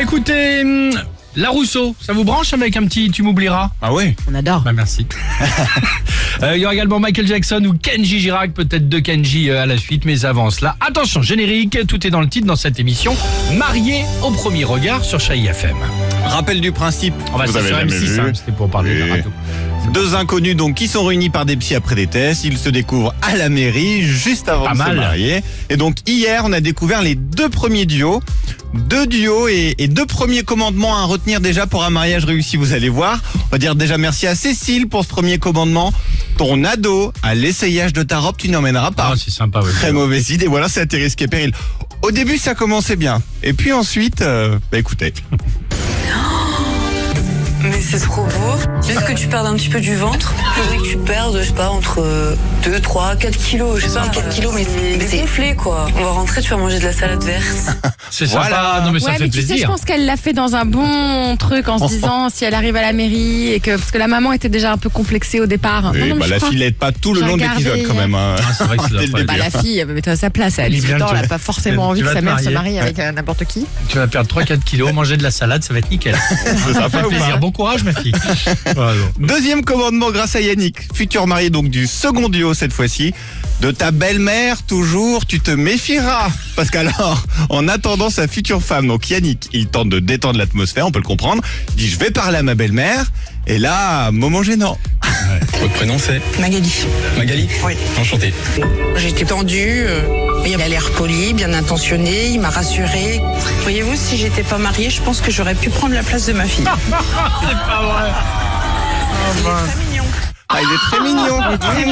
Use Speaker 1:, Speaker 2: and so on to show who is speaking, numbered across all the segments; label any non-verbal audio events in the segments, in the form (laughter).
Speaker 1: écouter hum, La Rousseau. Ça vous branche avec un petit Tu m'oublieras
Speaker 2: Ah ouais
Speaker 3: On adore.
Speaker 1: Bah merci. (laughs) Euh, Il y aura également Michael Jackson ou Kenji Girac, peut-être deux Kenji euh, à la suite, mais avant cela, attention, générique, tout est dans le titre dans cette émission. Marié au premier regard sur Chai FM.
Speaker 2: Rappel du principe.
Speaker 1: On va
Speaker 4: Vous
Speaker 1: Ah c'est
Speaker 4: avez
Speaker 1: sur
Speaker 4: jamais
Speaker 1: M6,
Speaker 4: vu.
Speaker 1: hein, c'était pour parler de
Speaker 4: Oui.
Speaker 1: la radio.
Speaker 2: Deux inconnus donc qui sont réunis par des psys après des tests. Ils se découvrent à la mairie juste avant
Speaker 1: Pas
Speaker 2: de
Speaker 1: mal.
Speaker 2: se marier. Et donc hier, on a découvert les deux premiers duos. Deux duos et, et deux premiers commandements à retenir déjà pour un mariage réussi, vous allez voir. On va dire déjà merci à Cécile pour ce premier commandement. Ton ado, à l'essayage de ta robe, tu n'emmèneras pas.
Speaker 1: Ah, c'est sympa, ouais.
Speaker 2: Très mauvaise idée, voilà, c'est atterri risque et péril. Au début, ça commençait bien. Et puis ensuite, euh, bah écoutez.
Speaker 5: Mais c'est trop beau. Juste que tu perdes un petit peu du ventre. Faudrait que tu perdes, je sais pas, entre 2, 3, 4 kilos. Je sais pas, 4 kilos, mais c'est gonflé quoi. On va rentrer, tu vas manger de la salade verte.
Speaker 1: C'est sympa,
Speaker 2: Voilà.
Speaker 1: non mais
Speaker 3: ouais,
Speaker 1: ça fait
Speaker 3: mais tu sais, je
Speaker 1: plaisir. Oh.
Speaker 3: pense qu'elle l'a fait dans un bon truc en se disant si elle arrive à la mairie et que parce que la maman était déjà un peu complexée au départ.
Speaker 2: Oui,
Speaker 3: Ah, Non, non, mais
Speaker 2: bah,
Speaker 3: je
Speaker 2: la
Speaker 3: crois-
Speaker 2: fille l'aide pas tout le
Speaker 3: J'ai
Speaker 2: long de
Speaker 3: regardé
Speaker 2: l'épisode quand
Speaker 3: hier.
Speaker 2: même. hein.
Speaker 1: Ah, c'est vrai que ça doit
Speaker 2: Dès le
Speaker 1: pas
Speaker 2: début.
Speaker 3: Bah, la fille, elle mettait à sa place. Elle
Speaker 1: Il vient
Speaker 3: 18
Speaker 1: de
Speaker 3: ans,
Speaker 1: te-
Speaker 3: elle a pas forcément
Speaker 1: (laughs) Tu
Speaker 3: envie que
Speaker 1: vas
Speaker 3: sa
Speaker 1: te
Speaker 3: mère se
Speaker 1: marier.
Speaker 3: marie avec euh, n'importe qui.
Speaker 1: Tu vas perdre 3-4 kilos, manger de la salade, ça va être
Speaker 3: (laughs)
Speaker 1: nickel. ça fait plaisir. Bon courage, ma fille. Bravo.
Speaker 2: Deuxième commandement grâce à Yannick, futur marié donc du second duo cette fois-ci. De ta belle-mère, toujours, tu te méfieras. Parce qu'alors, en attendant sa future femme, donc Yannick, il tente de détendre l'atmosphère, on peut le comprendre. Il dit, je vais parler à ma belle-mère. Et là, moment gênant.
Speaker 6: Votre prénom c'est
Speaker 5: Magali,
Speaker 6: Magali
Speaker 5: Oui.
Speaker 6: Enchanté.
Speaker 5: j'étais tendue. euh, mais Il a l'air poli, bien intentionné, il m'a rassurée. Voyez-vous, si j'étais pas mariée, je pense que j'aurais pu prendre la place de ma fille.
Speaker 1: (laughs) C'est pas vrai.
Speaker 5: Il est très mignon.
Speaker 2: Ah, il est très mignon.
Speaker 5: Ah,
Speaker 3: Très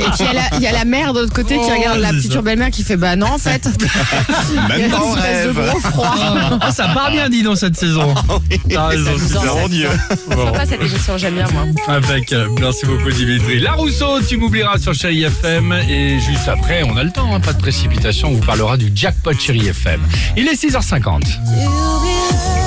Speaker 3: mignon. (laughs) Et puis il y a la- il y, a la mère de l'autre côté qui
Speaker 1: Oh,
Speaker 3: regarde la
Speaker 1: c'est
Speaker 3: future
Speaker 1: ça.
Speaker 3: belle-mère qui fait bah non en fait. Il y a
Speaker 2: Même
Speaker 3: une
Speaker 2: pas en
Speaker 3: espèce de
Speaker 2: rêve.
Speaker 3: gros froid.
Speaker 1: Ah, ça part bien, dis donc, cette saison.
Speaker 6: Ah,
Speaker 1: T'as raison,
Speaker 2: Ah, C'est
Speaker 1: Suzanne.
Speaker 2: grandiose.
Speaker 3: Sympa cette émission, j'aime bien moi.
Speaker 1: Impeccable. Merci beaucoup, Dimitri. euh, La Rousseau, tu m'oublieras sur Chéri FM. Et juste après, on a le temps, hein, pas de précipitation. On vous parlera du jackpot Chéri FM. Il est 6h50.
Speaker 7: Tu oublieras